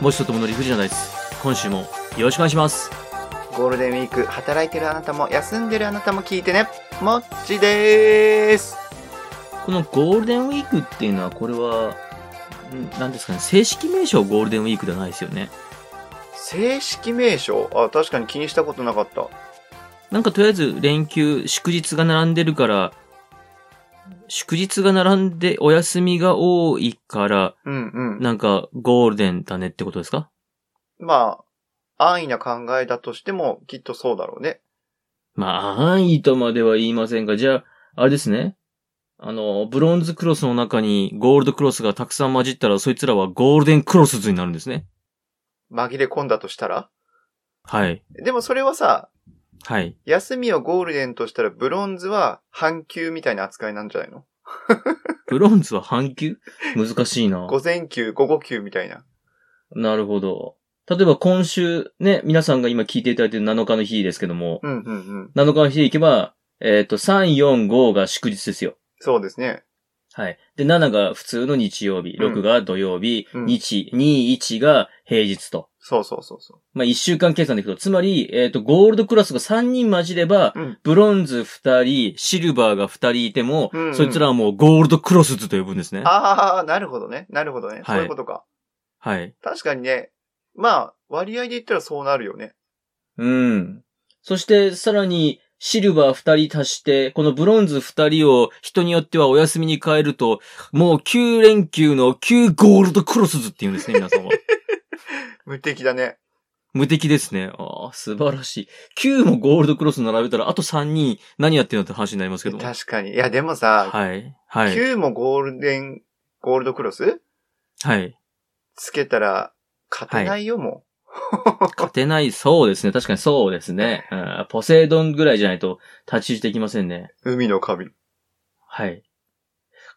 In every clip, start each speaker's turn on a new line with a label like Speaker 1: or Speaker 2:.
Speaker 1: もちとともの理不尽なダイス。今週もよろしくお願いします。
Speaker 2: ゴールデンウィーク、働いてるあなたも、休んでるあなたも聞いてね。もっちでーす。
Speaker 1: このゴールデンウィークっていうのは、これは、んなんですかね、正式名称ゴールデンウィークではないですよね。
Speaker 2: 正式名称あ、確かに気にしたことなかった。
Speaker 1: なんかとりあえず連休、祝日が並んでるから、祝日が並んでお休みが多いから、
Speaker 2: うんうん。
Speaker 1: なんかゴールデンだねってことですか
Speaker 2: まあ、安易な考えだとしても、きっとそうだろうね。
Speaker 1: まあ、安易とまでは言いませんが、じゃあ、あれですね。あの、ブロンズクロスの中にゴールドクロスがたくさん混じったら、そいつらはゴールデンクロスズになるんですね。
Speaker 2: 紛れ込んだとしたら。
Speaker 1: はい。
Speaker 2: でもそれはさ、
Speaker 1: はい。
Speaker 2: 休みをゴールデンとしたら、ブロンズは半休みたいな扱いなんじゃないの
Speaker 1: ブロンズは半休 難しいな。
Speaker 2: 午前休、午後休みたいな。
Speaker 1: なるほど。例えば今週ね、皆さんが今聞いていただいている7日の日ですけども、
Speaker 2: うんうんうん。
Speaker 1: 7日の日で行けば、えっ、と、3、4、5が祝日ですよ。
Speaker 2: そうですね。
Speaker 1: はい。で、7が普通の日曜日、
Speaker 2: うん
Speaker 1: 6が土曜日、
Speaker 2: うん
Speaker 1: 日、2、1が平日と。
Speaker 2: そうそうそうそう。
Speaker 1: まあ、一週間計算でいくと、つまり、えっ、と、ゴールドクラスが3人混じれば、
Speaker 2: うん
Speaker 1: ブロンズ2人、シルバーが2人いても、
Speaker 2: うんうん
Speaker 1: そいつらはもうゴールドクロスズと呼ぶんですね。
Speaker 2: ああ、なるほどね。なるほど
Speaker 1: は
Speaker 2: ね。
Speaker 1: い
Speaker 2: そういうことか。
Speaker 1: はい。
Speaker 2: 確かにね。まあ、割合で言ったらそうなるよね。
Speaker 1: うん。そして、さらに、シルバー2人足して、このブロンズ2人を人によってはお休みに変えると、もう9連休の9ゴールドクロスズって言うんですね、皆さんは。
Speaker 2: 無敵だね。
Speaker 1: 無敵ですね。ああ、素晴らしい。9もゴールドクロス並べたら、あと3人何やってんのって話になりますけども。
Speaker 2: 確かに。いや、でもさ、
Speaker 1: はい。はい。
Speaker 2: Q もゴールデン、ゴールドクロス
Speaker 1: はい。
Speaker 2: つけたら、勝てないよ、も
Speaker 1: 勝てない、そうですね。確かにそうですね。うん、ポセイドンぐらいじゃないと立ち打ちできませんね。
Speaker 2: う。海の神。
Speaker 1: はい。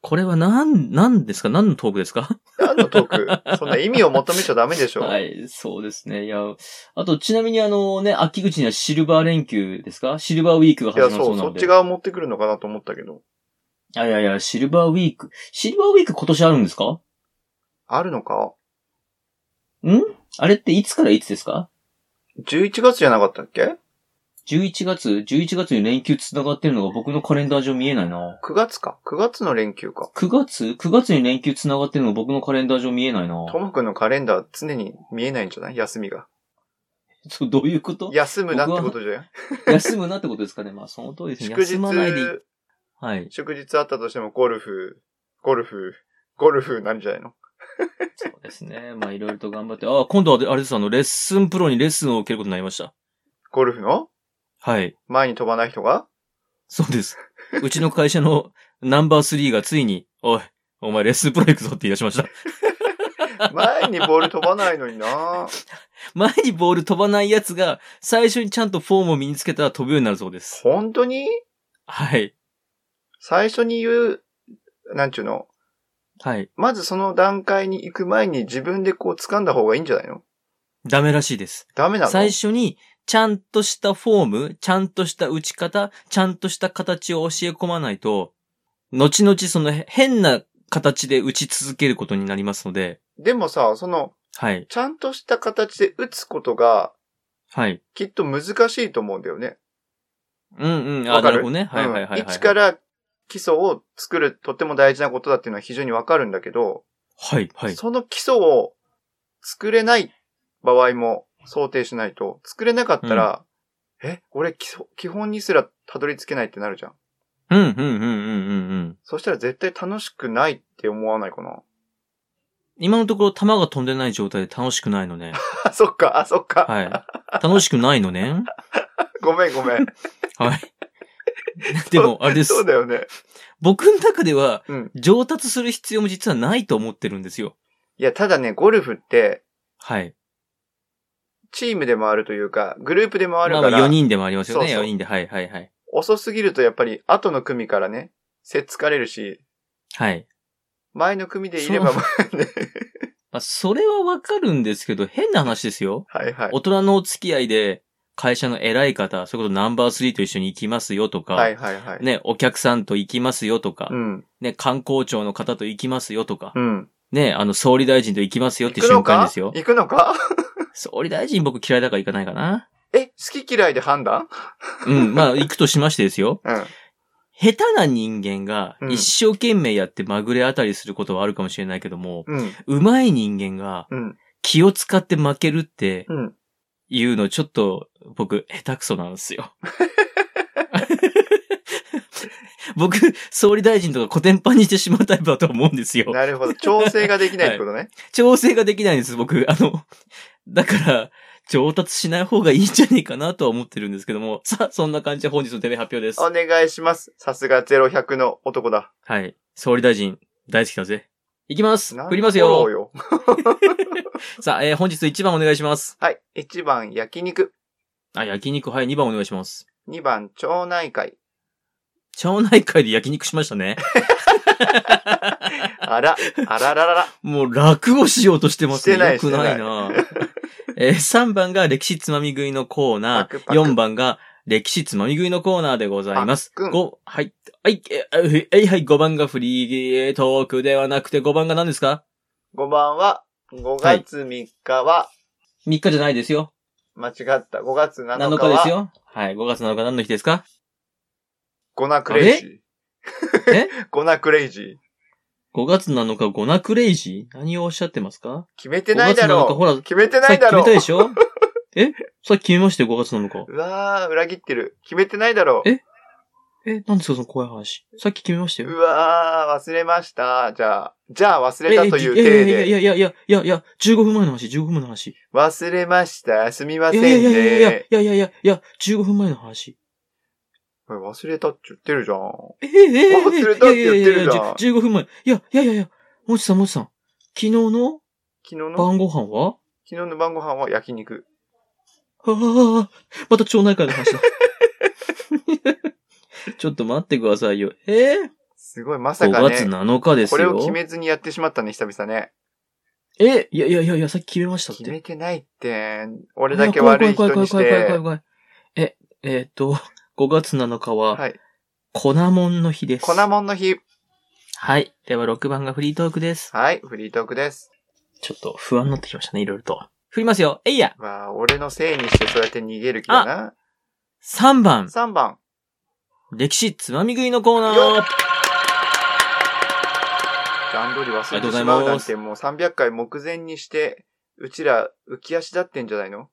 Speaker 1: これは何、何ですか何のトークですか
Speaker 2: 何の トークそんな意味を求めちゃダメでしょ。
Speaker 1: はい、そうですね。いや、あとちなみにあのね、秋口にはシルバー連休ですかシルバーウィークが
Speaker 2: い
Speaker 1: 始ま
Speaker 2: や、
Speaker 1: るそ
Speaker 2: そうう、
Speaker 1: な
Speaker 2: そ
Speaker 1: の
Speaker 2: っ
Speaker 1: で。
Speaker 2: ち側持ってくるのかなと思ったけど。
Speaker 1: いやいやいや、シルバーウィーク。シルバーウィーク今年あるんですか
Speaker 2: あるのか
Speaker 1: んあれっていつからいつですか
Speaker 2: ?11 月じゃなかったっけ
Speaker 1: ?11 月、11月に連休繋がってるのが僕のカレンダー上見えないな。
Speaker 2: ?9 月か。9月の連休か。
Speaker 1: 9月 ?9 月に連休繋がってるのが僕のカレンダー上見えないな。
Speaker 2: ともくんのカレンダー常に見えないんじゃない休みが。
Speaker 1: そうどういうこと
Speaker 2: 休むなってことじゃん。
Speaker 1: 休むなってことですかね。まあ、その通りですね。
Speaker 2: 祝日
Speaker 1: 休まないでいい。はい。
Speaker 2: 祝日あったとしてもゴルフ、ゴルフ、ゴルフなんじゃないの
Speaker 1: そうですね。まあ、いろいろと頑張って。あ、今度はであれです。あの、レッスンプロにレッスンを受けることになりました。
Speaker 2: ゴルフの
Speaker 1: はい。
Speaker 2: 前に飛ばない人が
Speaker 1: そうです。うちの会社のナンバー3がついに、おい、お前レッスンプロ行くぞって言い出しました。
Speaker 2: 前にボール飛ばないの にな
Speaker 1: 前にボール飛ばないやつが、最初にちゃんとフォームを身につけたら飛ぶようになるそうです。
Speaker 2: 本当に
Speaker 1: はい。
Speaker 2: 最初に言う、なんちゅうの
Speaker 1: はい。
Speaker 2: まずその段階に行く前に自分でこう掴んだ方がいいんじゃないの
Speaker 1: ダメらしいです。
Speaker 2: ダメなの
Speaker 1: 最初に、ちゃんとしたフォーム、ちゃんとした打ち方、ちゃんとした形を教え込まないと、後々そのへ変な形で打ち続けることになりますので、
Speaker 2: でもさ、その、
Speaker 1: はい、
Speaker 2: ちゃんとした形で打つことが、
Speaker 1: はい。
Speaker 2: きっと難しいと思うんだよね。
Speaker 1: うんうん、あ、
Speaker 2: わ
Speaker 1: な
Speaker 2: か
Speaker 1: る
Speaker 2: る
Speaker 1: ほどね。はいはいはいはい。。
Speaker 2: うん一からら基礎を作るとっても大事なことだっていうのは非常にわかるんだけど、
Speaker 1: はいはい。
Speaker 2: その基礎を作れない場合も想定しないと、作れなかったら、え、俺基礎、基本にすらたどり着けないってなるじゃん。
Speaker 1: うんうんうんうんうんうん。
Speaker 2: そしたら絶対楽しくないって思わないかな。
Speaker 1: 今のところ球が飛んでない状態で楽しくないのね。
Speaker 2: あ、そっか、あ、そっか。
Speaker 1: はい。楽しくないの ね。
Speaker 2: ごめんごめん。
Speaker 1: はい。 でも、あれです
Speaker 2: そう。だよね。
Speaker 1: 僕の中では
Speaker 2: うん、
Speaker 1: 上達する必要も実はないと思ってるんですよ。
Speaker 2: いや、ただね、ゴルフって、
Speaker 1: はい。
Speaker 2: チームで回るというか、グループで回る
Speaker 1: まあ
Speaker 2: か
Speaker 1: まあ4
Speaker 2: ら、
Speaker 1: 人でもありますよね。
Speaker 2: そうそう
Speaker 1: 4人で。はいはいはい。
Speaker 2: 遅すぎるとやっぱり後の組からね、せっつかれるし、
Speaker 1: はい。
Speaker 2: 前の組でいれば、
Speaker 1: そ
Speaker 2: ね
Speaker 1: まあ、それはわかるんですけど、変な話ですよ。
Speaker 2: はいはい。
Speaker 1: 大人のお付き合いで、会社の偉い方、それこそナンバー3と一緒に行きますよとか、
Speaker 2: はいはいはい。
Speaker 1: ね、お客さんと行きますよとか、
Speaker 2: うん、
Speaker 1: ね、観光庁の方と行きますよとか、
Speaker 2: うん。
Speaker 1: ね、あの、総理大臣と行きますよって
Speaker 2: 行く
Speaker 1: 瞬
Speaker 2: の
Speaker 1: 間
Speaker 2: か
Speaker 1: ですよ。
Speaker 2: 行くのか
Speaker 1: 総理大臣僕嫌いだから行かないかな。
Speaker 2: え、好き嫌いで判断
Speaker 1: うん、まあ、行くとしましてですよ。
Speaker 2: うん。
Speaker 1: 下手な人間が
Speaker 2: うん
Speaker 1: 一生懸命やってまぐれあたりすることはあるかもしれないけども、
Speaker 2: うん。
Speaker 1: 上手い人間が
Speaker 2: うん。
Speaker 1: 気を使って負けるって
Speaker 2: うん。
Speaker 1: いうのちょっと僕下手くそなんです よ。僕、総理大臣とかコテンパンにしてしまうタイプだと思うんですよ。
Speaker 2: なるほど。調整ができないってこ とね。
Speaker 1: 調整ができないんです、僕。あの、だから、上達しない方がいいんじゃねえかなとは思ってるんですけども。さあ、そんな感じで本日のテレビ発表です。
Speaker 2: お願いします。さすが0100の男だ。
Speaker 1: はい。総理大臣、大好きだぜ。いきます
Speaker 2: なん
Speaker 1: 振ります
Speaker 2: フォロー
Speaker 1: よ
Speaker 2: よ。
Speaker 1: さあ、えー本日1番お願いします。
Speaker 2: はい。1番、焼肉。
Speaker 1: あ、焼肉、はい、2番お願いします。
Speaker 2: 2番、町内会。
Speaker 1: 町内会で焼肉しました ね。
Speaker 2: あら、あらららら。
Speaker 1: もう落語しようとしてますね。
Speaker 2: してない
Speaker 1: よくないな えー、3番が歴史つまみ食いのコーナ
Speaker 2: パ
Speaker 1: ー。
Speaker 2: クパク。
Speaker 1: 4番が歴史つまみ食いのコーナーでございます。
Speaker 2: パックン
Speaker 1: 五はい、はい、えー、えいはい、5番がフリートークではなくて5番が何ですか
Speaker 2: 5番は、5月3日は、
Speaker 1: ?3 日じゃないですよ。
Speaker 2: 間違った。5月7
Speaker 1: 7
Speaker 2: 日
Speaker 1: 日です
Speaker 2: は、
Speaker 1: よ。はい、5月7日何の日ですか
Speaker 2: ゴナクレイジー。
Speaker 1: え
Speaker 2: ゴナクレイジー。
Speaker 1: 5月7日、ゴナクレイジー何をおっしゃってますか
Speaker 2: 決めてないだ
Speaker 1: 5月7日ほ
Speaker 2: ろ
Speaker 1: ら
Speaker 2: う。決めて
Speaker 1: さ
Speaker 2: な
Speaker 1: っ
Speaker 2: い
Speaker 1: き
Speaker 2: だ
Speaker 1: 決
Speaker 2: ろ
Speaker 1: め
Speaker 2: う
Speaker 1: た。でしょえさっき決めましたよ、5月7日。
Speaker 2: うわー、裏切ってる。決めてないだろう。
Speaker 1: ええ、なんですかその怖い話。さっき決めましたよ
Speaker 2: う。わー、忘れました。じゃあ、じゃあ忘れたという
Speaker 1: ええ
Speaker 2: 体
Speaker 1: いやい
Speaker 2: で。
Speaker 1: やいやいやいやいや、15分前の話、15分前の話。い
Speaker 2: 忘れました。すみませ
Speaker 1: や
Speaker 2: ん
Speaker 1: いやいやいやいやい
Speaker 2: ね。
Speaker 1: やいやいやいや、15分前の話。
Speaker 2: これ忘れたって言ってるじゃん。
Speaker 1: ええええ
Speaker 2: 忘れたって言ってるじゃ
Speaker 1: いやいやいやい
Speaker 2: ん
Speaker 1: やじゅ15分前。いやいやいやいや、もちさんもちさん。昨日の
Speaker 2: 昨日の昨
Speaker 1: 晩ご飯は
Speaker 2: 日の晩ご飯は焼肉。
Speaker 1: ああ、また町内会の話だ。ちょっと待ってくださいよ。ええ
Speaker 2: すごい、まさ
Speaker 1: 5
Speaker 2: か
Speaker 1: 月
Speaker 2: ね。
Speaker 1: 7日です
Speaker 2: これ
Speaker 1: よ
Speaker 2: を。決めずにやってしまったね、久々ね。
Speaker 1: え、いやいやいやいや、さっき決めましたっ
Speaker 2: 決
Speaker 1: て。
Speaker 2: めてないって、俺だけ悪い人にし
Speaker 1: 怖い怖い怖い怖い怖い怖
Speaker 2: て。
Speaker 1: い怖いえ、えーっと、5月7日は、
Speaker 2: はい。
Speaker 1: 粉もんの日です。
Speaker 2: 粉もんの日。
Speaker 1: はい。では6番がフリートークです。
Speaker 2: はい、フリートークです。
Speaker 1: ちょっと不安になってきましたね、いろいろと。振りますよ。えいや
Speaker 2: まあ、俺のせいにしてそうやって逃げる気だな。
Speaker 1: !3 番、
Speaker 2: 3番。
Speaker 1: 歴史つまみ食いのコーナ
Speaker 2: よ
Speaker 1: ー
Speaker 2: 段取り忘
Speaker 1: ありが
Speaker 2: れ
Speaker 1: とう
Speaker 2: て
Speaker 1: ござい
Speaker 2: しまうな
Speaker 1: ま
Speaker 2: ん
Speaker 1: す
Speaker 2: てもう300回目前にして、うちら浮き足だってんじゃないの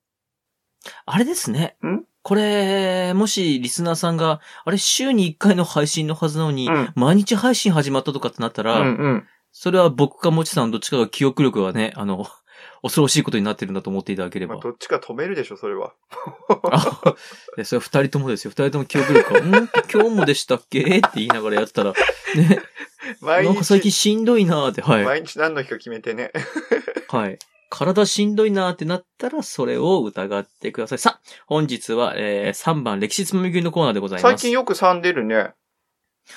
Speaker 1: あれですね
Speaker 2: ん。
Speaker 1: これ、もしリスナーさんが、あれ週に1回の配信のはずなのに、
Speaker 2: うん
Speaker 1: 毎日配信始まったとかってなった
Speaker 2: う
Speaker 1: ら、
Speaker 2: うん。
Speaker 1: それは僕かもちさんどっちかが記憶力がね、あの、 恐ろしいことになってるんだと思っていただけれ
Speaker 2: ま
Speaker 1: ば
Speaker 2: あ、。どっちか止めるでしょ、それは。
Speaker 1: あ、でそれ二人ともですよ。二人とも記憶力が、ん今日もでしたっけって言いながらやってたら、ね、
Speaker 2: 毎
Speaker 1: なんか最近
Speaker 2: 日、
Speaker 1: しんどいなーって、はい。
Speaker 2: 毎日何の日か決めてね。
Speaker 1: はい。体しんどいなーってなったら、それを疑ってください。さあ、本日は、えー、3番、歴史つまみ食いのコーナーでございます。
Speaker 2: 最近よく3出るね。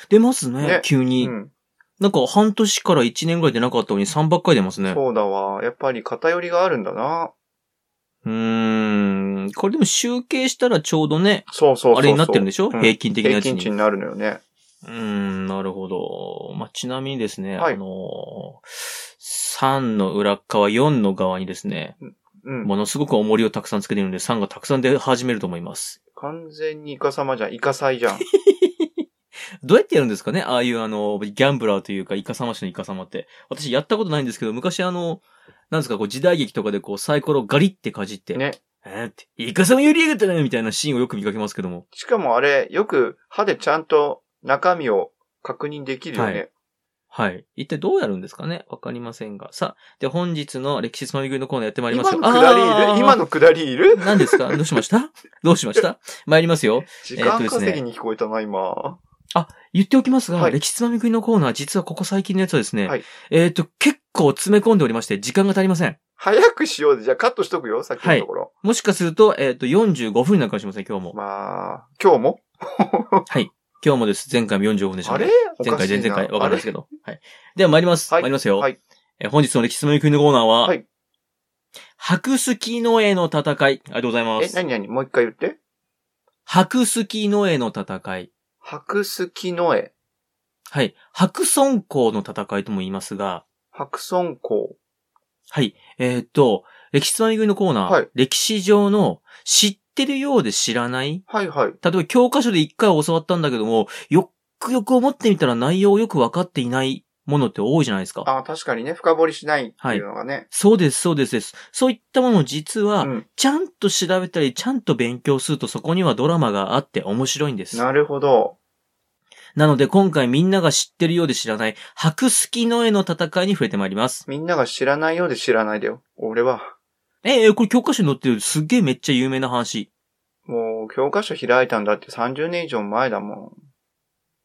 Speaker 1: 出ますね、
Speaker 2: ね
Speaker 1: 急に、
Speaker 2: うん。
Speaker 1: なんか半年から1年ぐらい出なかったのに3ばっかり出ますね。
Speaker 2: そうだわ。やっぱり偏りがあるんだな。
Speaker 1: うーん。これでも集計したらちょうどね、
Speaker 2: そうそうそうそう。
Speaker 1: あれになってるんでしょ、
Speaker 2: うん
Speaker 1: 平均的な
Speaker 2: 平
Speaker 1: やつ
Speaker 2: 均
Speaker 1: に。
Speaker 2: 値
Speaker 1: う
Speaker 2: になるのよね。
Speaker 1: ーん、なるほど。まあ、ちなみにですね、
Speaker 2: はい
Speaker 1: あのー、3の裏側、4の側にですね、
Speaker 2: うん。
Speaker 1: ものすごく重りをたくさんつけてるので、3がたくさん出始めると思います。
Speaker 2: 完全にイカ様じゃん。イカ祭じゃん。
Speaker 1: どうやってやるんですかねああいうあの、ギャンブラーというか、イカ様師のイカ様って。私やったことないんですけど、昔あの、なんですか、こう時代劇とかでこうサイコロをガリってかじって、
Speaker 2: ね。
Speaker 1: えーって、イカ様よりやがったねみたいなシーンをよく見かけますけども。
Speaker 2: しかもあれ、よく歯でちゃんと中身を確認できるよね。
Speaker 1: ははい。一体どうやるんですかねわかりませんが。さあ、では本日の歴史つまみ食いのコーナーやってまいりまし
Speaker 2: 今
Speaker 1: ょう。
Speaker 2: のくだりいる
Speaker 1: の。
Speaker 2: 今のくだりいる
Speaker 1: 何ですかどうしましたどうしました参りますよ。
Speaker 2: 時
Speaker 1: えーと
Speaker 2: 間
Speaker 1: ですね
Speaker 2: 稼ぎに聞こえたな、今。
Speaker 1: 言っておきますが、
Speaker 2: はい
Speaker 1: 歴史つまみ食いのコーナー、実はここ最近のやつはですね、
Speaker 2: はい
Speaker 1: えっ、と、結構詰め込んでおりまして、時間が足りません。
Speaker 2: 早くしようで、じゃあカットしとくよ、さっきのところ。
Speaker 1: もしかすると、えっ、と、45分になるかもしれません、今日も。
Speaker 2: まあ、今日も
Speaker 1: 今日もです。前回も45分でした
Speaker 2: あ
Speaker 1: ね、
Speaker 2: れお
Speaker 1: 前
Speaker 2: か
Speaker 1: 回、
Speaker 2: しい
Speaker 1: 前
Speaker 2: な。
Speaker 1: 々回、わかんないです
Speaker 2: け
Speaker 1: けど。はい。では参ります。
Speaker 2: はい
Speaker 1: 参りますよ。
Speaker 2: はい
Speaker 1: えー本日の歴史つまみ食いのコーナーは、
Speaker 2: はい
Speaker 1: 白スキノエの戦い。ありがとうございま
Speaker 2: え、
Speaker 1: す
Speaker 2: な。になにもう一回言って。
Speaker 1: 白スキノエの戦い。
Speaker 2: 白スキノエ。
Speaker 1: はい。白村江の戦いとも言いますが、
Speaker 2: 白村港。
Speaker 1: はい。えーっと、歴史つまみ食いのコーナー。
Speaker 2: はい
Speaker 1: 歴史上の知ってるようで知らない
Speaker 2: はいはい。
Speaker 1: 例えば教科書で一回は教わったんだけども、よくよく思ってみたら内容をよく分かっていないものって多いじゃないですか。
Speaker 2: あ確かにね、深掘りしないっていうのがね。
Speaker 1: そうです、そうですです。そういったものを実は、
Speaker 2: うん。
Speaker 1: ちゃんと調べたり、ちゃんと勉強するとそこにはドラマがあって面白いんです。な
Speaker 2: なるほど。
Speaker 1: ので今回みんなが知ってるようで知らない、白月の絵の戦いに触れてまいります。
Speaker 2: みんなが知らないようで知らないだよ。俺は、
Speaker 1: え、え、これ教科書に載ってるすっげえめっちゃ有名な話。
Speaker 2: もう教科書開いたんだって30年以上前だも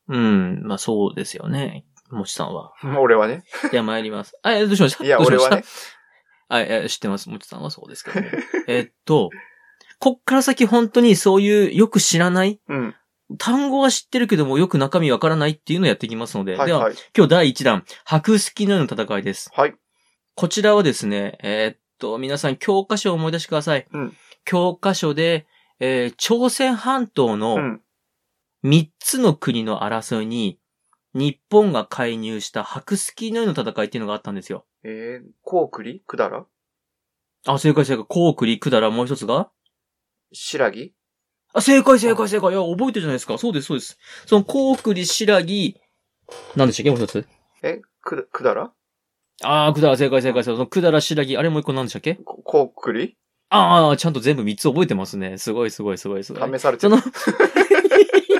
Speaker 1: うん、まあそうですよね。もちさんは。
Speaker 2: ん。 俺はね。
Speaker 1: では参ります。あ、えどうしました
Speaker 2: いや、
Speaker 1: どうし
Speaker 2: 俺
Speaker 1: ました
Speaker 2: はね。
Speaker 1: あ、いや、知ってます。もちさんはそうですけどね。 えっと、こっから先本当にそういうよく知らない、
Speaker 2: うん。
Speaker 1: 単語は知ってるけどもよく中身わからないっていうのをやっていきますので。
Speaker 2: はい
Speaker 1: では、
Speaker 2: はい。
Speaker 1: 今日第1弾、白スキのような戦いです。
Speaker 2: はい。
Speaker 1: こちらはですね、えーっと、皆さん教科書を思い出してください。
Speaker 2: うん
Speaker 1: 教科書で、えー朝鮮半島
Speaker 2: う
Speaker 1: の
Speaker 2: ん。
Speaker 1: 3つの国の争いに、日本が介入した白スキのような戦いっていうのがあったんですよ。
Speaker 2: えー、コウクリクダラ
Speaker 1: あ、正解正解。コウクリ、クダラ、もう一つが
Speaker 2: シラギ
Speaker 1: あ、正解正解正解。いや、覚えてるじゃないですか。そうです、そうです。その、コウクリ、シラギ、なんでしたっけもう一つ。
Speaker 2: え、クダクダラ
Speaker 1: あー、クダラ、正解正解。そうその、クダラ、シラギ、あれもう一個なんでしたっけ
Speaker 2: ココウクリ
Speaker 1: ああ、ちゃんと全部3つ覚えてますね。すごいすごいすごいすごい。
Speaker 2: 試され
Speaker 1: そ
Speaker 2: てる
Speaker 1: の。、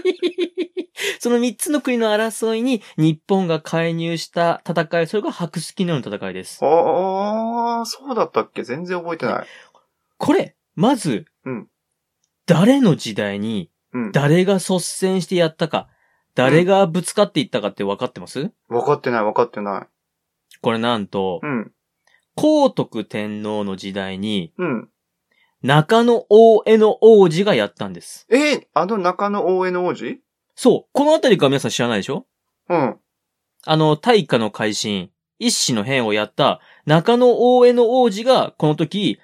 Speaker 1: その3つの国の争いに日本が介入した戦い、それが白色のような戦いです。
Speaker 2: ああ、そうだったっけ全然覚えてない。
Speaker 1: これ、まず、
Speaker 2: うん
Speaker 1: 誰の時代に、
Speaker 2: うん。
Speaker 1: 誰が率先してやったか、誰がぶつかっていったかって分かってます、
Speaker 2: 分かってない、分かってない。
Speaker 1: これなんと
Speaker 2: う、ん。
Speaker 1: 皇徳天皇の時代に、
Speaker 2: うん。
Speaker 1: 中野大江の王子がやったんです。
Speaker 2: えーあの中野大江の王子
Speaker 1: そう、このあたりから皆さん知らないでしょ
Speaker 2: うん。
Speaker 1: あの、大化の改新、一子の変をやった中野大江の王子が、この時、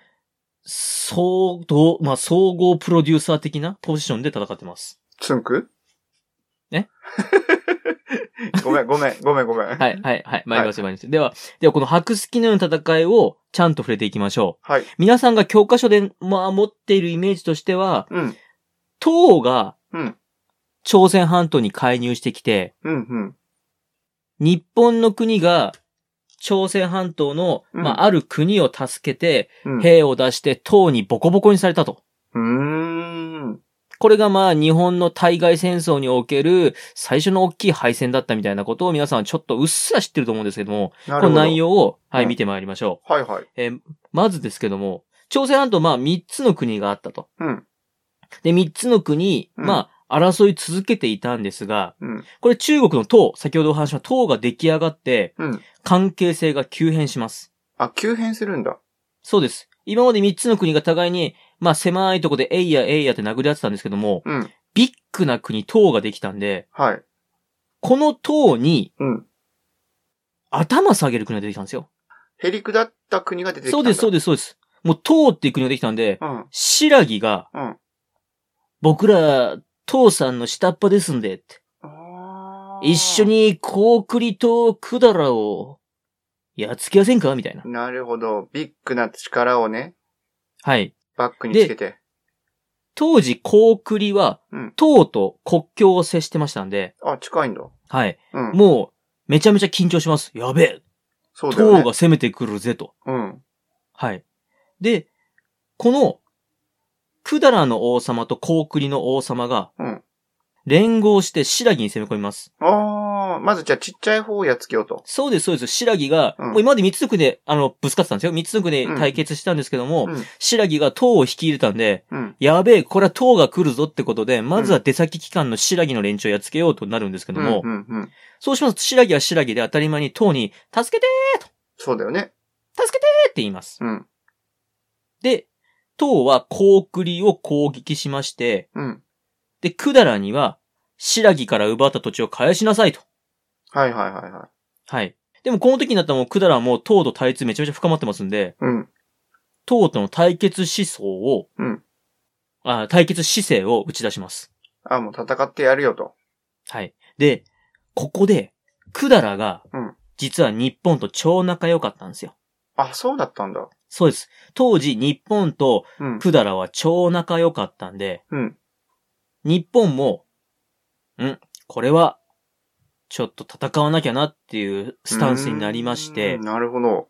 Speaker 1: 総合、まあ、総合プロデューサー的なポジションで戦ってます。
Speaker 2: つんく
Speaker 1: え
Speaker 2: ごめん、ごめん、ごめん、ごめん。
Speaker 1: は。い、はい、はい。参ります、参ります。では、ではこの白月のような戦いをちゃんと触れていきましょう。
Speaker 2: はい。
Speaker 1: 皆さんが教科書で、まあ、持っているイメージとしては、
Speaker 2: うん。
Speaker 1: 唐が
Speaker 2: うん。
Speaker 1: 朝鮮半島に介入してきて、
Speaker 2: うん、うん。
Speaker 1: 日本の国が朝鮮半島の、ま
Speaker 2: うん
Speaker 1: あ、ある国を助けて、
Speaker 2: うん。
Speaker 1: 兵を出して唐にボコボコにされたと。
Speaker 2: うーん。
Speaker 1: これがまあ日本の対外戦争における最初の大きい敗戦だったみたいなことを皆さんちょっとうっすら知ってると思うんですけども、
Speaker 2: な
Speaker 1: こ
Speaker 2: る
Speaker 1: の
Speaker 2: ほど。
Speaker 1: 内容を、はい、
Speaker 2: うん
Speaker 1: 見てまいりましょ
Speaker 2: はいはい。
Speaker 1: う。えーまずですけども、朝鮮半島まあ3つの国があったと。
Speaker 2: うん。
Speaker 1: で、3つの国、
Speaker 2: うん
Speaker 1: まあ争い続けていたんですが、
Speaker 2: うん。
Speaker 1: これ中国の党、先ほどお話しした党が出来上がって、
Speaker 2: うん。
Speaker 1: 関係性が急変します。
Speaker 2: あ、急変するんだ。
Speaker 1: そうです。今まで3つの国が互いに、まあ狭いとこでえいやえいやって殴り合ってたんですけども、
Speaker 2: うん。
Speaker 1: ビッグな国、党ができたんで、
Speaker 2: はい。
Speaker 1: この党に
Speaker 2: うん。
Speaker 1: 頭下げる国が出てきたんですよ。
Speaker 2: へりくだった国が出てきた
Speaker 1: そ
Speaker 2: ん
Speaker 1: う
Speaker 2: だ。
Speaker 1: です、そう
Speaker 2: で
Speaker 1: です、そうです。もう党っていう国ができたんで、
Speaker 2: す。うん。
Speaker 1: 白木が、
Speaker 2: うん
Speaker 1: 僕ら、党さんの下っ端ですんでって、
Speaker 2: あー
Speaker 1: 一緒。に高栗と百済を、やっつけやせんかみたいな。
Speaker 2: なるほど。ビッグな力をね、
Speaker 1: はい。
Speaker 2: バックにつけて。
Speaker 1: 当時、高栗は
Speaker 2: うん、
Speaker 1: 党と国境を接してましたんで、
Speaker 2: あ、近いんだ。
Speaker 1: はい。
Speaker 2: うん。
Speaker 1: もう、めちゃめちゃ緊張します。やべえ。
Speaker 2: そうだよ
Speaker 1: 党
Speaker 2: ね。
Speaker 1: が攻めてくるぜと。
Speaker 2: うん。
Speaker 1: はい。で、この、百済の王様と高栗の王様が
Speaker 2: うん、
Speaker 1: 連合して白木に攻め込みます。
Speaker 2: ああ、まずじゃあちっちゃい方をやっつけようと。
Speaker 1: そうです、そうです。白木が、
Speaker 2: うん
Speaker 1: もう今まで三つの国で、あの、ぶつかってたんですよ。三つの国で対決したんですけども、
Speaker 2: うん。
Speaker 1: 白木が党を引き入れたんで、
Speaker 2: うん。
Speaker 1: やべえ、これは党が来るぞってことで、まずは出先機関の白木の連中をやっつけようとなるんですけど
Speaker 2: う
Speaker 1: も、
Speaker 2: ん。うん。うん。
Speaker 1: そうしますと白木は白木で当たり前に党に、助けて
Speaker 2: そうだよね。
Speaker 1: 助けてって言います。
Speaker 2: うん。
Speaker 1: で、唐は高栗を攻撃しまして、
Speaker 2: うん。
Speaker 1: で、百済には、白木から奪った土地を返しなさいと。
Speaker 2: はいはいはいはい。
Speaker 1: はい。でもこの時になったらもう百済はもう唐と対立めちゃめちゃ深まってますんで、
Speaker 2: うん。
Speaker 1: 唐との対決思想を、
Speaker 2: うん
Speaker 1: あ対決姿勢を打ち出します。
Speaker 2: あ、もう戦ってやるよと。
Speaker 1: はい。で、ここで、百済が
Speaker 2: うん、
Speaker 1: 実は日本と超仲良かったんですよ。
Speaker 2: あ、そうだったんだ。
Speaker 1: そうです。当時日本と
Speaker 2: うん。
Speaker 1: 百済は超仲良かったんで、
Speaker 2: うん。
Speaker 1: 日本も、んこれは、ちょっと戦わなきゃなっていうスタンスになりまして
Speaker 2: うん、なるほど。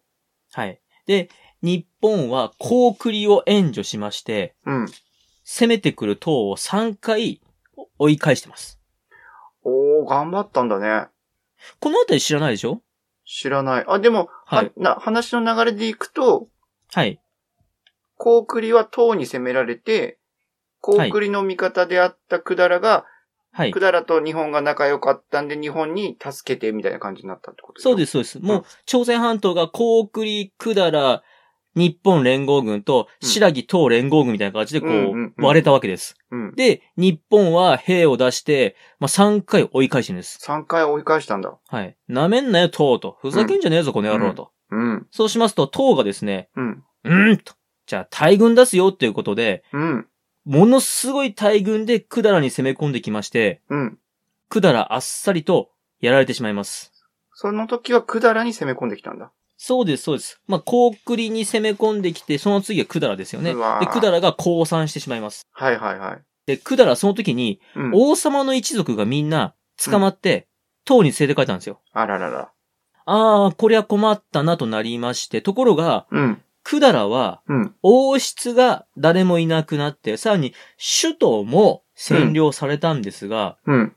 Speaker 1: はい。で、日本は高栗を援助しまして、
Speaker 2: うん。
Speaker 1: 攻めてくる党を3回追い返してます。
Speaker 2: おー、頑張ったんだね。
Speaker 1: このあたり知らないでしょ
Speaker 2: 知らない。あ、でも、は
Speaker 1: はい
Speaker 2: な話の流れでいくと、
Speaker 1: はい。
Speaker 2: 高栗は唐に攻められて、高栗の味方であった百済が、
Speaker 1: はい
Speaker 2: 百。済と日本が仲良かったんで、日本に助けて、みたいな感じになったってこと。
Speaker 1: そうですす、そうです。もう、朝鮮半島が高栗、百済、日本連合軍と、
Speaker 2: うん
Speaker 1: 白木東連合軍みたいな感じでこ
Speaker 2: うんうんう
Speaker 1: う、
Speaker 2: ん
Speaker 1: 割れたわけです。
Speaker 2: うん。
Speaker 1: で、日本は兵を出して、まあ、3回追い返してるんです。
Speaker 2: 3回追い返したんだ。
Speaker 1: はい。舐めんなよ、党と。ふざけんじゃねえぞ、この野郎と。
Speaker 2: うん。
Speaker 1: そうしますと、党がですね、
Speaker 2: うん。
Speaker 1: うーんと。じゃあ、大軍出すよっていうことで、
Speaker 2: うん。
Speaker 1: ものすごい大軍で百済に攻め込んできまして、
Speaker 2: うん。
Speaker 1: 百済あっさりとやられてしまいます。
Speaker 2: その時は百済に攻め込んできたんだ。
Speaker 1: そうです、そうです。まあ、高栗に攻め込んできて、その次は百済ですよね。
Speaker 2: う
Speaker 1: で、
Speaker 2: わー
Speaker 1: 百済が降参してしまいます。
Speaker 2: はいはいはい。
Speaker 1: で、百済はその時に、
Speaker 2: うん。
Speaker 1: 王様の一族がみんな捕まって、唐に連れて帰ったんですよ。
Speaker 2: あららら。
Speaker 1: ああ、こりゃ困ったなとなりまして、ところが、
Speaker 2: うん。
Speaker 1: 百済は、
Speaker 2: うん。
Speaker 1: 王室が誰もいなくなって、さらに首都も占領されたんですが、
Speaker 2: うん。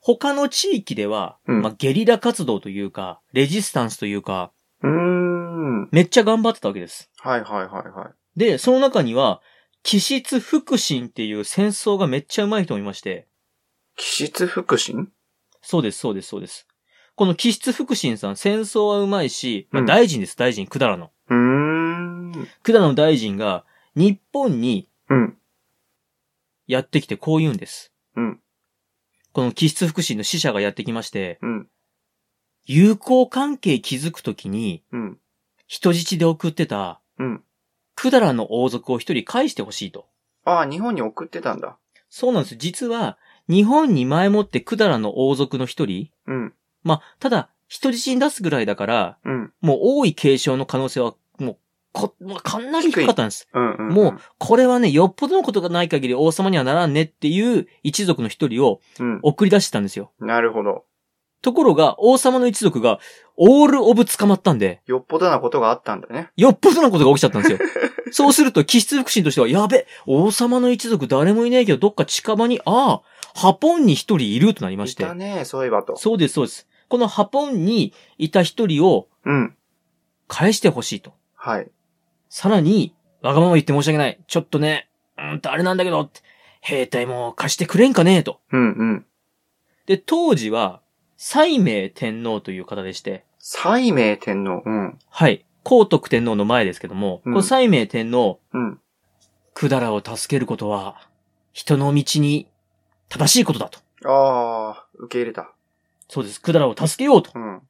Speaker 1: 他の地域では、
Speaker 2: うん
Speaker 1: まあ、ゲリラ活動というか、レジスタンスというか、
Speaker 2: うーん。
Speaker 1: めっちゃ頑張ってたわけです。
Speaker 2: はいはいはいはい。
Speaker 1: で、その中には、気質腹心っていう戦争がめっちゃ上手い人もいまして、
Speaker 2: 気質腹心
Speaker 1: そうです、そうです、そうです。この気質腹心さん、戦争は上手いし、まあ、
Speaker 2: うん
Speaker 1: 大臣です、大臣、百済の。
Speaker 2: うーん。
Speaker 1: 百済の大臣が、日本に
Speaker 2: うん。
Speaker 1: やってきてこう言うんです。
Speaker 2: うん。
Speaker 1: この気質腹心の使者がやってきまして、
Speaker 2: うん。
Speaker 1: 友好関係築くときに、
Speaker 2: うん。
Speaker 1: 人質で送ってた、
Speaker 2: うん。
Speaker 1: 百済の王族を一人返してほしいと。
Speaker 2: ああ、日本に送ってたんだ。
Speaker 1: そうなんです。実は、日本に前もって百済の王族の一人、
Speaker 2: うん。
Speaker 1: まあ、ただ、人質に出すぐらいだから、
Speaker 2: うん。
Speaker 1: もう多い継承の可能性は、もう、こ、もうかなり低かったんです。
Speaker 2: うん。うん。
Speaker 1: もう、これはね、よっぽどのことがない限り王様にはならんねっていう一族の一人を
Speaker 2: うん。
Speaker 1: 送り出してたんですよ。
Speaker 2: なるほど。
Speaker 1: ところが、王様の一族が、オールオブ捕まったんで、
Speaker 2: よっぽどなことがあったんだね。
Speaker 1: よっぽどなことが起きちゃったん ですよ。そうすると、気質腹心としては、やべ、王様の一族誰もいないけど、どっか近場に、ああ、ハポンに一人いるとなりま
Speaker 2: い
Speaker 1: して
Speaker 2: た。ね、そういえばと。
Speaker 1: そうです、そうです。このハポンにいた一人を
Speaker 2: うん。
Speaker 1: 返してほしいと。
Speaker 2: はい。
Speaker 1: さらに、わがまま言って申し訳ない。ちょっとね、うーんとあれなんだけど、って兵隊も貸してくれんかねと。
Speaker 2: うんうん。
Speaker 1: で、当時は、西明天皇という方でして、
Speaker 2: 西明天皇。うん。
Speaker 1: はい。皇徳天皇の前ですけども、
Speaker 2: うん
Speaker 1: この西明天皇、
Speaker 2: うん。
Speaker 1: 百済を助けることは、人の道に正しいことだと。
Speaker 2: ああ、受け入れた。
Speaker 1: そうです。百済を助けようと。
Speaker 2: うん。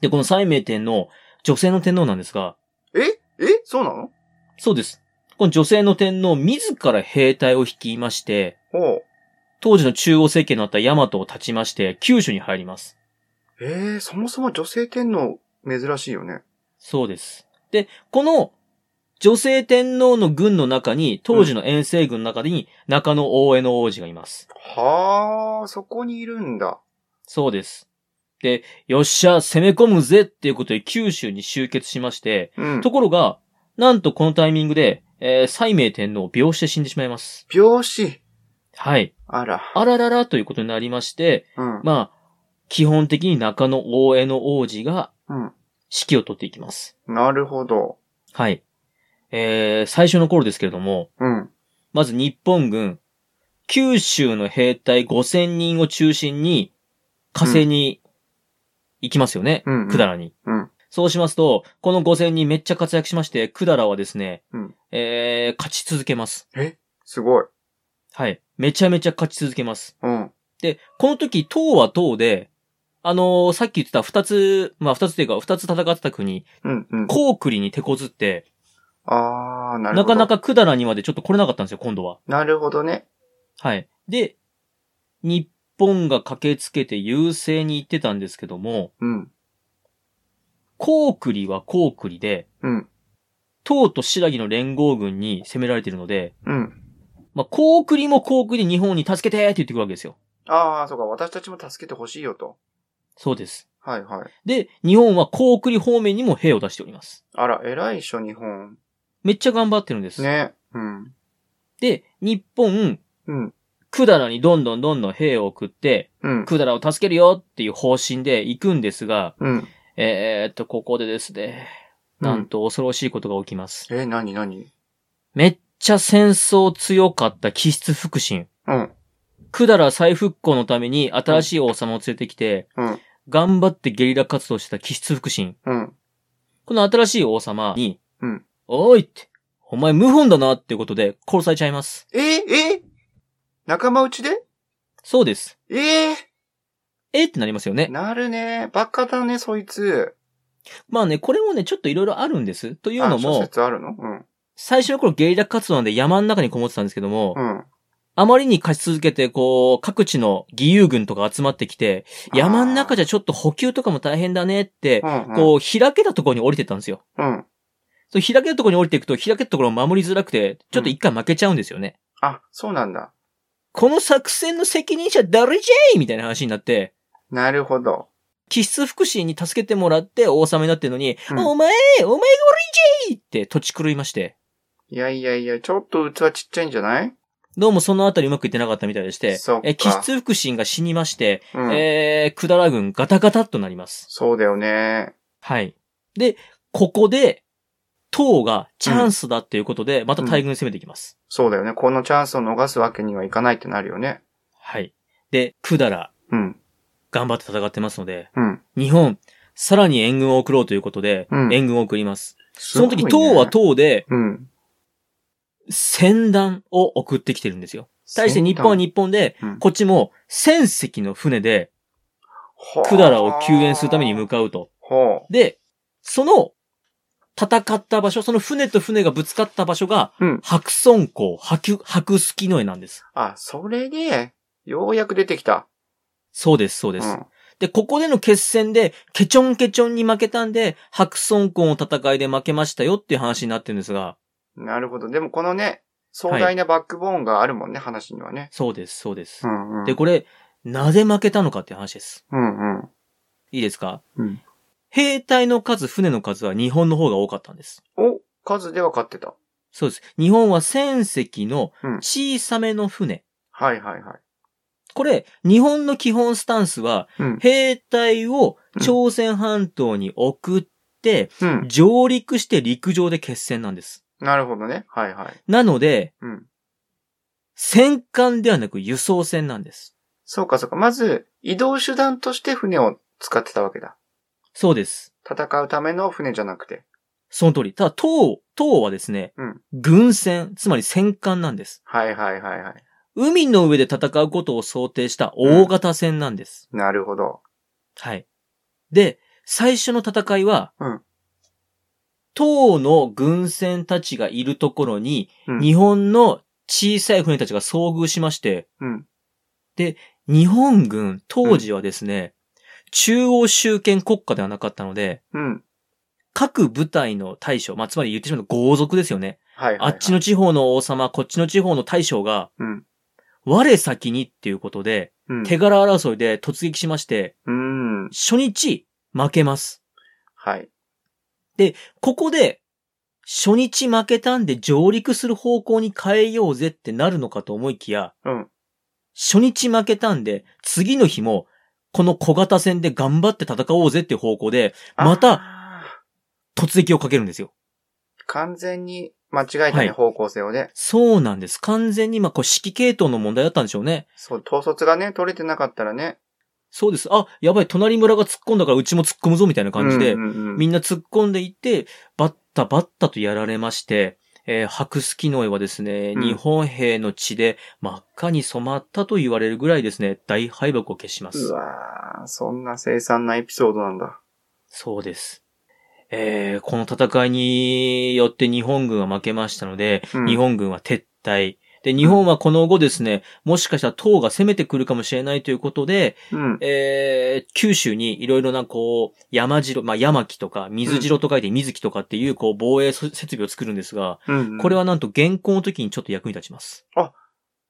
Speaker 1: で、この西明天皇、女性の天皇なんですが、
Speaker 2: ええそうなの
Speaker 1: そうです。この女性の天皇、自ら兵隊を率いまして、
Speaker 2: おう。
Speaker 1: 当時の中央政権のあった大和を立ちまして、九州に入ります。
Speaker 2: ええそもそも女性天皇、珍しいよね。
Speaker 1: そうです。で、この、女性天皇の軍の中に、当時の遠征軍の中に、中野大江の王子がいます。
Speaker 2: はあ、そこにいるんだ。
Speaker 1: そうです。で、よっしゃ、攻め込むぜっていうことで九州に集結しまして、
Speaker 2: うん。
Speaker 1: ところが、なんとこのタイミングで、えー、西明天皇、病死して死んでしまいます。
Speaker 2: 病死。
Speaker 1: はい。
Speaker 2: あら。
Speaker 1: あらららということになりまして、
Speaker 2: うん。
Speaker 1: まあ、基本的に中野大江の王子が
Speaker 2: うん。
Speaker 1: 指揮を取っていきます。
Speaker 2: なるほど。
Speaker 1: はい。えー、最初の頃ですけれども、
Speaker 2: うん。
Speaker 1: まず日本軍、九州の兵隊5000人を中心に、火星に行きますよね。
Speaker 2: うんうん
Speaker 1: 百済に。
Speaker 2: うん
Speaker 1: そうしますと、この5000人めっちゃ活躍しまして、百済はですね、
Speaker 2: うん
Speaker 1: えー、勝ち続けます。
Speaker 2: すごい。
Speaker 1: はい。めちゃめちゃ勝ち続けます。
Speaker 2: うん。
Speaker 1: で、この時、唐は唐で、あのーさっき言ってた二つ、まあ二つというか二つ戦ってた国、
Speaker 2: うん。うん。
Speaker 1: 高栗に手こずって、
Speaker 2: ああ、なる
Speaker 1: な
Speaker 2: ほど。
Speaker 1: かな。か百済にまでちょっと来れなかったんですよ、今度は。
Speaker 2: なるほどね。
Speaker 1: はい。で、日本が駆けつけて優勢に行ってたんですけども、
Speaker 2: うん。
Speaker 1: コークリはコークリで、
Speaker 2: うん。
Speaker 1: 唐と白木の連合軍に攻められているので、
Speaker 2: うん。
Speaker 1: まあ、コークリもコークリで日本に助けてって言ってくるわけですよ。
Speaker 2: ああ、そうか。私たちも助けてほしいよと。
Speaker 1: そうです。
Speaker 2: はいはい。
Speaker 1: で、日本はコークリ方面にも兵を出しております。
Speaker 2: あら、偉いっしょ、日本。
Speaker 1: めっちゃ頑張ってるんです。
Speaker 2: ね。うん。
Speaker 1: で、日本、
Speaker 2: うん。
Speaker 1: 百済にどんどんどんどん兵を送って、
Speaker 2: うん。
Speaker 1: 百済を助けるよっていう方針で行くんですが、
Speaker 2: うん。
Speaker 1: えー、っと、ここでですね、なんと恐ろしいことが起きます。
Speaker 2: え、なになに
Speaker 1: めっちゃ戦争強かった気質腹心。
Speaker 2: うん。
Speaker 1: 百済再復興のために新しい王様を連れてきて、
Speaker 2: うん。
Speaker 1: 頑張ってゲリラ活動してた気質腹心。
Speaker 2: うん。
Speaker 1: この新しい王様に、
Speaker 2: うん
Speaker 1: おーいって、お前謀反だなっていうことで殺されちゃいます。
Speaker 2: ええ仲間内で
Speaker 1: そうです。
Speaker 2: ええ
Speaker 1: えーってなりますよね。
Speaker 2: なるね。バカだね、そいつ。
Speaker 1: まあね、これもね、ちょっといろいろあるんです。というの
Speaker 2: あ諸
Speaker 1: も、
Speaker 2: 説あるのうん。
Speaker 1: 最初の頃ゲリラ活動なんで山の中にこもってたんですけども、
Speaker 2: うん。
Speaker 1: あまりに勝ち続けて、こう、各地の義勇軍とか集まってきて、山の中じゃちょっと補給とかも大変だねって、
Speaker 2: ゃ、うん。
Speaker 1: こう、開けたところに降りてったんですよ。
Speaker 2: うん。うん。
Speaker 1: そう開けたところに降りていくと、開けたところを守りづらくて、ちょっと一回負けちゃうんですよね。
Speaker 2: あ、そうなんだ。
Speaker 1: この作戦の責任者誰じゃいみたいな話になって、
Speaker 2: なるほど。
Speaker 1: 気質福祉に助けてもらって王様になってるのに、
Speaker 2: うん
Speaker 1: あお前お前が悪いんじゃいって土地狂いまして、
Speaker 2: いやいやいや、ちょっと器ちっちゃいんじゃない
Speaker 1: どうもそのあたりうまくいってなかったみたいでして
Speaker 2: そっ、か
Speaker 1: え気質福祉が死にまして、
Speaker 2: うん。
Speaker 1: えー、くだら軍ガタガタっとなります。
Speaker 2: そうだよね。
Speaker 1: はい。で、ここで、唐がチャンスだっていうことで、また大軍攻めていきます。
Speaker 2: そうだよね。このチャンスを逃すわけにはいかないってなるよね。
Speaker 1: はい。で、くだら
Speaker 2: うん。
Speaker 1: 頑張って戦ってますので、
Speaker 2: うん。
Speaker 1: 日本、さらに援軍を送ろうということで、
Speaker 2: うん
Speaker 1: 援軍を送ります。
Speaker 2: そ
Speaker 1: その時、唐は唐で、
Speaker 2: うん。
Speaker 1: 戦団を送ってきてるんですよ。対して日本は日本で、
Speaker 2: うん
Speaker 1: こっちも、戦隻の船で、
Speaker 2: 本
Speaker 1: 百済を救援するために向かうと。
Speaker 2: ほ
Speaker 1: で、その、戦った場所、その船と船がぶつかった場所が、
Speaker 2: う。うん。
Speaker 1: 白村港、白、白スキの絵なんです。
Speaker 2: あ、それで、ようやく出てきた。
Speaker 1: そうです、そう
Speaker 2: う
Speaker 1: です。
Speaker 2: ん。
Speaker 1: で、ここでの決戦で、ケチョンケチョンに負けたんで、白村港の戦いで負けましたよっていう話になってるんですが、
Speaker 2: なるほど。でもこのね、壮大なバックボーンがあるもんね、話にはね。
Speaker 1: そうです、そうです
Speaker 2: う。んうん。
Speaker 1: で、これ、なぜ負けたのかっていう話です。
Speaker 2: うんうん。
Speaker 1: いいですか
Speaker 2: うん
Speaker 1: 兵隊の数、船の数は日本の方が多かったんです。
Speaker 2: お、数では勝ってた。
Speaker 1: そうです。日本は船隻の
Speaker 2: うん
Speaker 1: 小さめの船。
Speaker 2: はいはいはい。
Speaker 1: これ、日本の基本スタンスは、
Speaker 2: うん。
Speaker 1: 兵隊を朝鮮半島に送って、
Speaker 2: うん。
Speaker 1: 上陸して陸上で決戦なんです。
Speaker 2: なるほどね。はいはい。
Speaker 1: なので、
Speaker 2: うん。
Speaker 1: 戦艦ではなく輸送船なんです。
Speaker 2: そうかそうか。まず、移動手段として船を使ってたわけだ。
Speaker 1: そうです。
Speaker 2: 戦うための船じゃなくて。
Speaker 1: その通り。ただ、唐、唐はですね、
Speaker 2: うん
Speaker 1: 軍船、つまり戦艦なんです。
Speaker 2: はいはいはいはい。
Speaker 1: 海の上で戦うことを想定した大型船なんです。
Speaker 2: なるほど。
Speaker 1: はい。で、最初の戦いは、
Speaker 2: うん
Speaker 1: 唐の軍船たちがいるところに、
Speaker 2: うん
Speaker 1: 日本の小さい船たちが遭遇しまして、
Speaker 2: うん。
Speaker 1: 日本軍当時はですね、中央集権国家ではなかったので、
Speaker 2: うん。
Speaker 1: 各部隊の大将、まあ、つまり言ってしまうと豪族ですよね。
Speaker 2: はいはい、は
Speaker 1: あ
Speaker 2: い。
Speaker 1: っちの地方の王様、こっちの地方の大将が、
Speaker 2: うん
Speaker 1: 我先にっていうことで、
Speaker 2: うん。
Speaker 1: 手柄争いで突撃しまして、
Speaker 2: うん。
Speaker 1: 初日負けます。
Speaker 2: はい。
Speaker 1: ここで、初日負けたんで上陸する方向に変えようぜってなるのかと思いきや、
Speaker 2: うん。
Speaker 1: 初日負けたんで、次の日も、この小型戦で頑張って戦おうぜっていう方向で、また
Speaker 2: た、
Speaker 1: 突撃をかけるんですよ。
Speaker 2: 完全に間違えたね、
Speaker 1: はい
Speaker 2: 方向性をね。
Speaker 1: そうなんです。完全に、まあ、こう、指揮系統の問題だったんでしょうね。
Speaker 2: そう、統率がね、取れてなかったらね。
Speaker 1: そうです。あ、やばい、隣村が突っ込んだからうちも突っ込むぞみたいな感じで、
Speaker 2: うんうんうん
Speaker 1: みんな突っ込んでいって、バッタバッタとやられまして、えー白スキノエはですね、
Speaker 2: うん
Speaker 1: 日本兵の血で真っ赤に染まったと言われるぐらいですね、大敗北を消しま
Speaker 2: う
Speaker 1: す。
Speaker 2: わーそんな凄惨なエピソードなんだ。
Speaker 1: そうです。えーこの戦いによって日本軍は負けましたので、
Speaker 2: うん
Speaker 1: 日本軍は撤退。で、日本はこの後ですね、もしかしたら党が攻めてくるかもしれないということで、
Speaker 2: うん。
Speaker 1: えー、九州にいろいろなこう、山城、まあ、山木とか、水城と書いて水木とかっていう、こう、防衛そ設備を作るんですが、
Speaker 2: うん。
Speaker 1: これ
Speaker 2: は。
Speaker 1: はなんと現行の時にちょっと役に立ちます。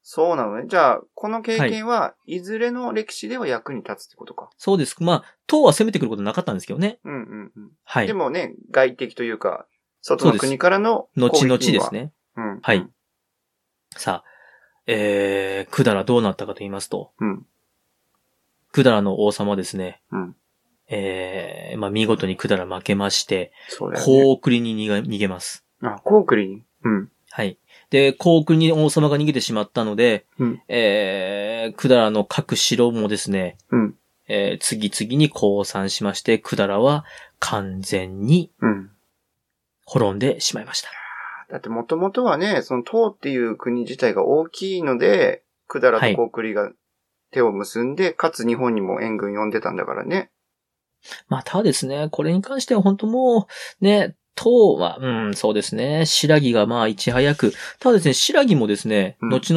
Speaker 2: そうなのね。じゃあ、この経験は、いずれの歴史では役に立つってことか。
Speaker 1: そうです。まあ、党は攻めてくることなかったんですけどね。
Speaker 2: うんうんうん。
Speaker 1: はい
Speaker 2: で。もね、外敵というか、外の国からの
Speaker 1: 後々で
Speaker 2: 攻撃
Speaker 1: す
Speaker 2: には。
Speaker 1: ね。
Speaker 2: うん。
Speaker 1: はい。さあ、えー、くだらどうなったかと言いますと、
Speaker 2: うん
Speaker 1: くだらの王様はですね、
Speaker 2: うん
Speaker 1: えー、まあ、見事にくだら負けまして、
Speaker 2: そうだよね。
Speaker 1: 高句麗に逃げ逃げます。
Speaker 2: あ、コークリン。うん。
Speaker 1: はい。で、高句麗に王様が逃げてしまったので、
Speaker 2: うん
Speaker 1: えー、くだらの各城もですね、
Speaker 2: うん
Speaker 1: えー次々に降参しまして、くだらは完全に
Speaker 2: うん。
Speaker 1: 滅んでしまいました。
Speaker 2: だってもともとはね、その唐っていう国自体が大きいので、百済と高句麗が手を結んで、かつ日本にも援軍呼んでたんだからね。
Speaker 1: まあ、ただですね、これに関しては本当もう、ね、党は、うん、そうですね、白木がまあ、いち早く、ただですね、白木もですね、
Speaker 2: うん
Speaker 1: 後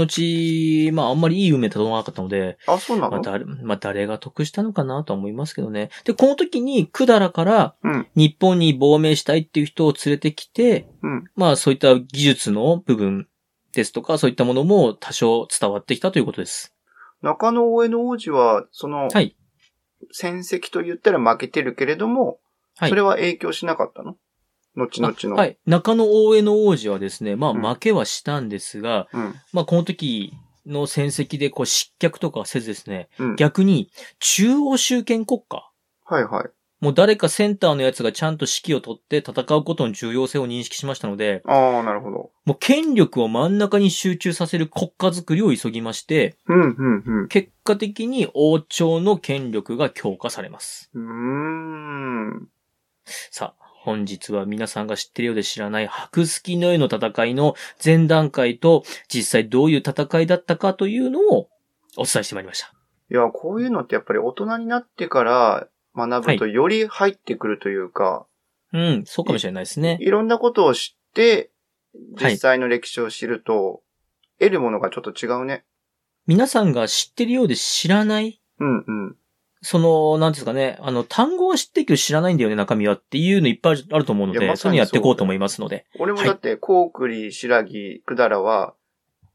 Speaker 1: 々、まあ、あんまりいい運命たどらなかったので、
Speaker 2: あ、そうな
Speaker 1: まあ、
Speaker 2: の
Speaker 1: 誰、まあ、誰が得したのかなとは思いますけどね。で、この時に、百済から
Speaker 2: うん、
Speaker 1: 日本に亡命したいっていう人を連れてきて、
Speaker 2: うん。
Speaker 1: まあ、そういった技術の部分ですとか、そういったものも多少伝わってきたということです。
Speaker 2: 中野大江の王子は、その、
Speaker 1: はい。
Speaker 2: 戦績と言ったら負けてるけれども、
Speaker 1: はい
Speaker 2: それは影響しなかったの後々の。
Speaker 1: はい。中野大江の王子はですね、まあ、
Speaker 2: うん
Speaker 1: 負けはしたんですが、
Speaker 2: うん。
Speaker 1: まあ、この時の戦績でこう失脚とかはせずですね、
Speaker 2: うん。
Speaker 1: 逆に中央集権国家、
Speaker 2: はいはい。
Speaker 1: もう誰かセンターのやつがちゃんと指揮を取って戦うことの重要性を認識しましたので、
Speaker 2: ああ、なるほど。
Speaker 1: もう権力を真ん中に集中させる国家づくりを急ぎまして、
Speaker 2: うん、うん、
Speaker 1: 結果的に王朝の権力が強化されます。
Speaker 2: うん。うーん。
Speaker 1: さあ、本日は皆さんが知ってるようで知らない白月の絵の戦いの前段階と実際どういう戦いだったかというのをお伝えしてまいりました。
Speaker 2: いや、こういうのってやっぱり大人になってから学ぶとより入ってくるというか、
Speaker 1: うん、そうかもしれないですね。
Speaker 2: いろんなことを知って、
Speaker 1: はい
Speaker 2: 実際の歴史を知ると、得るものがちょっと違うね。
Speaker 1: 皆さんが知ってるようで知らない、
Speaker 2: うんうん。
Speaker 1: その、なんていうんですかね、あの、単語は知ってるけど知らないんだよね、中身はっていうのいっぱいあると思うの
Speaker 2: い
Speaker 1: で、
Speaker 2: やま
Speaker 1: そ
Speaker 2: さ
Speaker 1: ういう
Speaker 2: に
Speaker 1: のやっていこうと思いますので。
Speaker 2: 俺もだって、コークリ、白木、くだらは、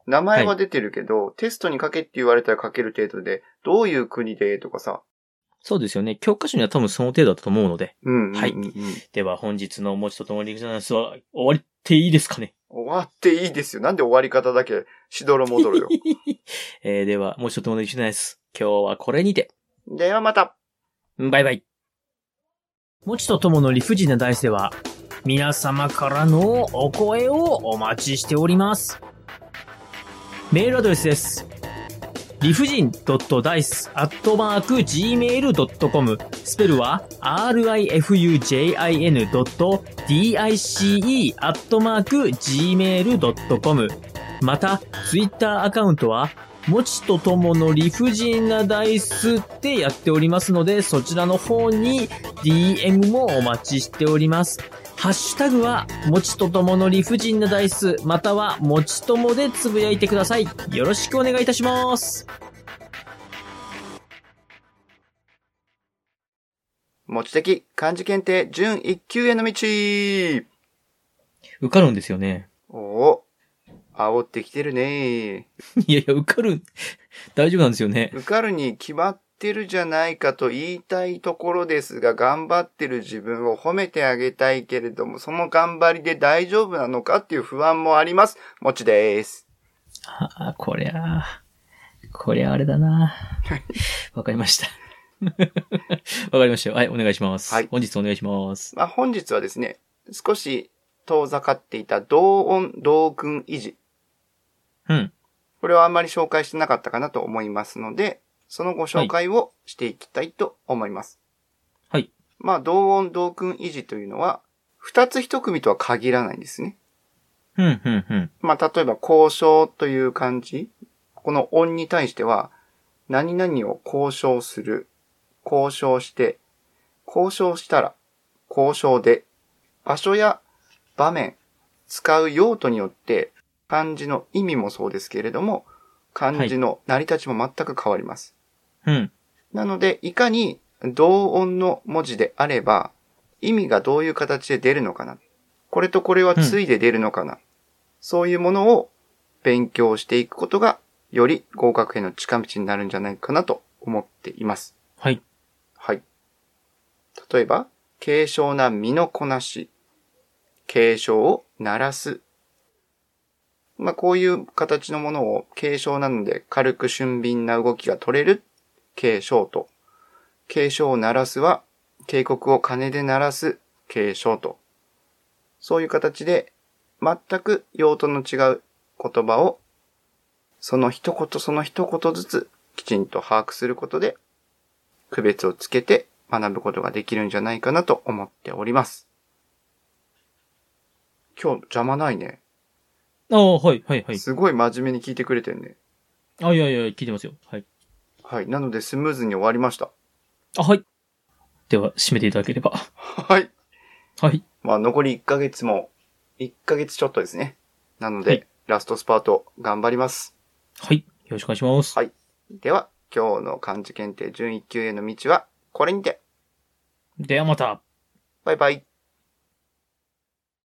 Speaker 2: 名前は出てるけど、テストに書けって言われたら書ける程度で、どういう国でとかさ。
Speaker 1: そうですよね。教科書には多分その程度だと思うので。
Speaker 2: うんうんうんうん、
Speaker 1: はいでは、本日のお持ちとともにリクナスは終わりっていいですかね。
Speaker 2: 終わっていいですよ。なんで終わり方だけ、しどろもどろよ。
Speaker 1: えー、では、お持ちとともにリクナス。今日はこれにて。
Speaker 2: ではまた。
Speaker 1: バイバイ。もちとともの理不尽なダイスでは、皆様からのお声をお待ちしております。メールアドレスです。理不尽 .dice.gmail.com スペルは rifujin.dice.gmail.com また、ツイッターアカウントはもちとともの理不尽なダイスってやっておりますので、そちらの方に DM もお待ちしております。ハッシュタグは、もちとともの理不尽なダイス、または、もちともでつぶやいてください。よろしくお願いいたします。
Speaker 2: 持ち的漢字検定準1級への道
Speaker 1: 受かるんですよね。
Speaker 2: おお煽ってきてるね
Speaker 1: いやいや、受かる。大丈夫なんですよね。
Speaker 2: 受かるに決まってるじゃないかと言いたいところですが、頑張ってる自分を褒めてあげたいけれども、その頑張りで大丈夫なのかっていう不安もあります。もちです。
Speaker 1: ああ、こりゃあ、こりゃあれだな。わかりました。 わかりましたよ。はい、お願いします。
Speaker 2: はい
Speaker 1: 本日お願いします。
Speaker 2: まあ、本日はですね、少し遠ざかっていた同音同訓維持。
Speaker 1: うん。
Speaker 2: これはあんまり紹介してなかったかなと思いますので、そのご紹介をしていきたいと思います。
Speaker 1: はい。
Speaker 2: まあ、同音同訓維持というのは、二つ一組とは限らないんですね。
Speaker 1: うん、うん、うん。
Speaker 2: まあ、例えば、交渉という漢字。この音に対しては、何々を交渉する、交渉して、交渉したら、交渉で、場所や場面、使う用途によって、漢字の意味もそうですけれども、漢字の成り立ちも全く変わります。
Speaker 1: うん。
Speaker 2: なので、いかに同音の文字であれば、意味がどういう形で出るのかな。これとこれはついで出るのかな。そういうものを勉強していくことが、より合格への近道になるんじゃないかなと思っています。
Speaker 1: はい。
Speaker 2: はい。例えば、軽症な身のこなし、軽症を鳴らす。まあ、こういう形のものを軽症なので軽く俊敏な動きが取れる軽症と、軽症を鳴らすは警告を鐘で鳴らす軽症と、そういう形で全く用途の違う言葉をその一言その一言ずつきちんと把握することで区別をつけて学ぶことができるんじゃないかなと思っております。今日邪魔ないね。
Speaker 1: ああ、はい、はい、はい。
Speaker 2: すごい真面目に聞いてくれてるね。
Speaker 1: あ、いやいや、聞いてますよ。はい。
Speaker 2: はい。なのでスムーズに終わりました。
Speaker 1: あ、はい。では、締めていただければ。
Speaker 2: はい。
Speaker 1: はい。
Speaker 2: まあ残り1ヶ月も、1ヶ月ちょっとですね。なので、
Speaker 1: はい
Speaker 2: ラストスパート頑張ります。
Speaker 1: はい。よろしくお願いします。
Speaker 2: はいでは、今日の漢字検定準1級への道はこれにて。
Speaker 1: ではまた。
Speaker 2: バイバイ。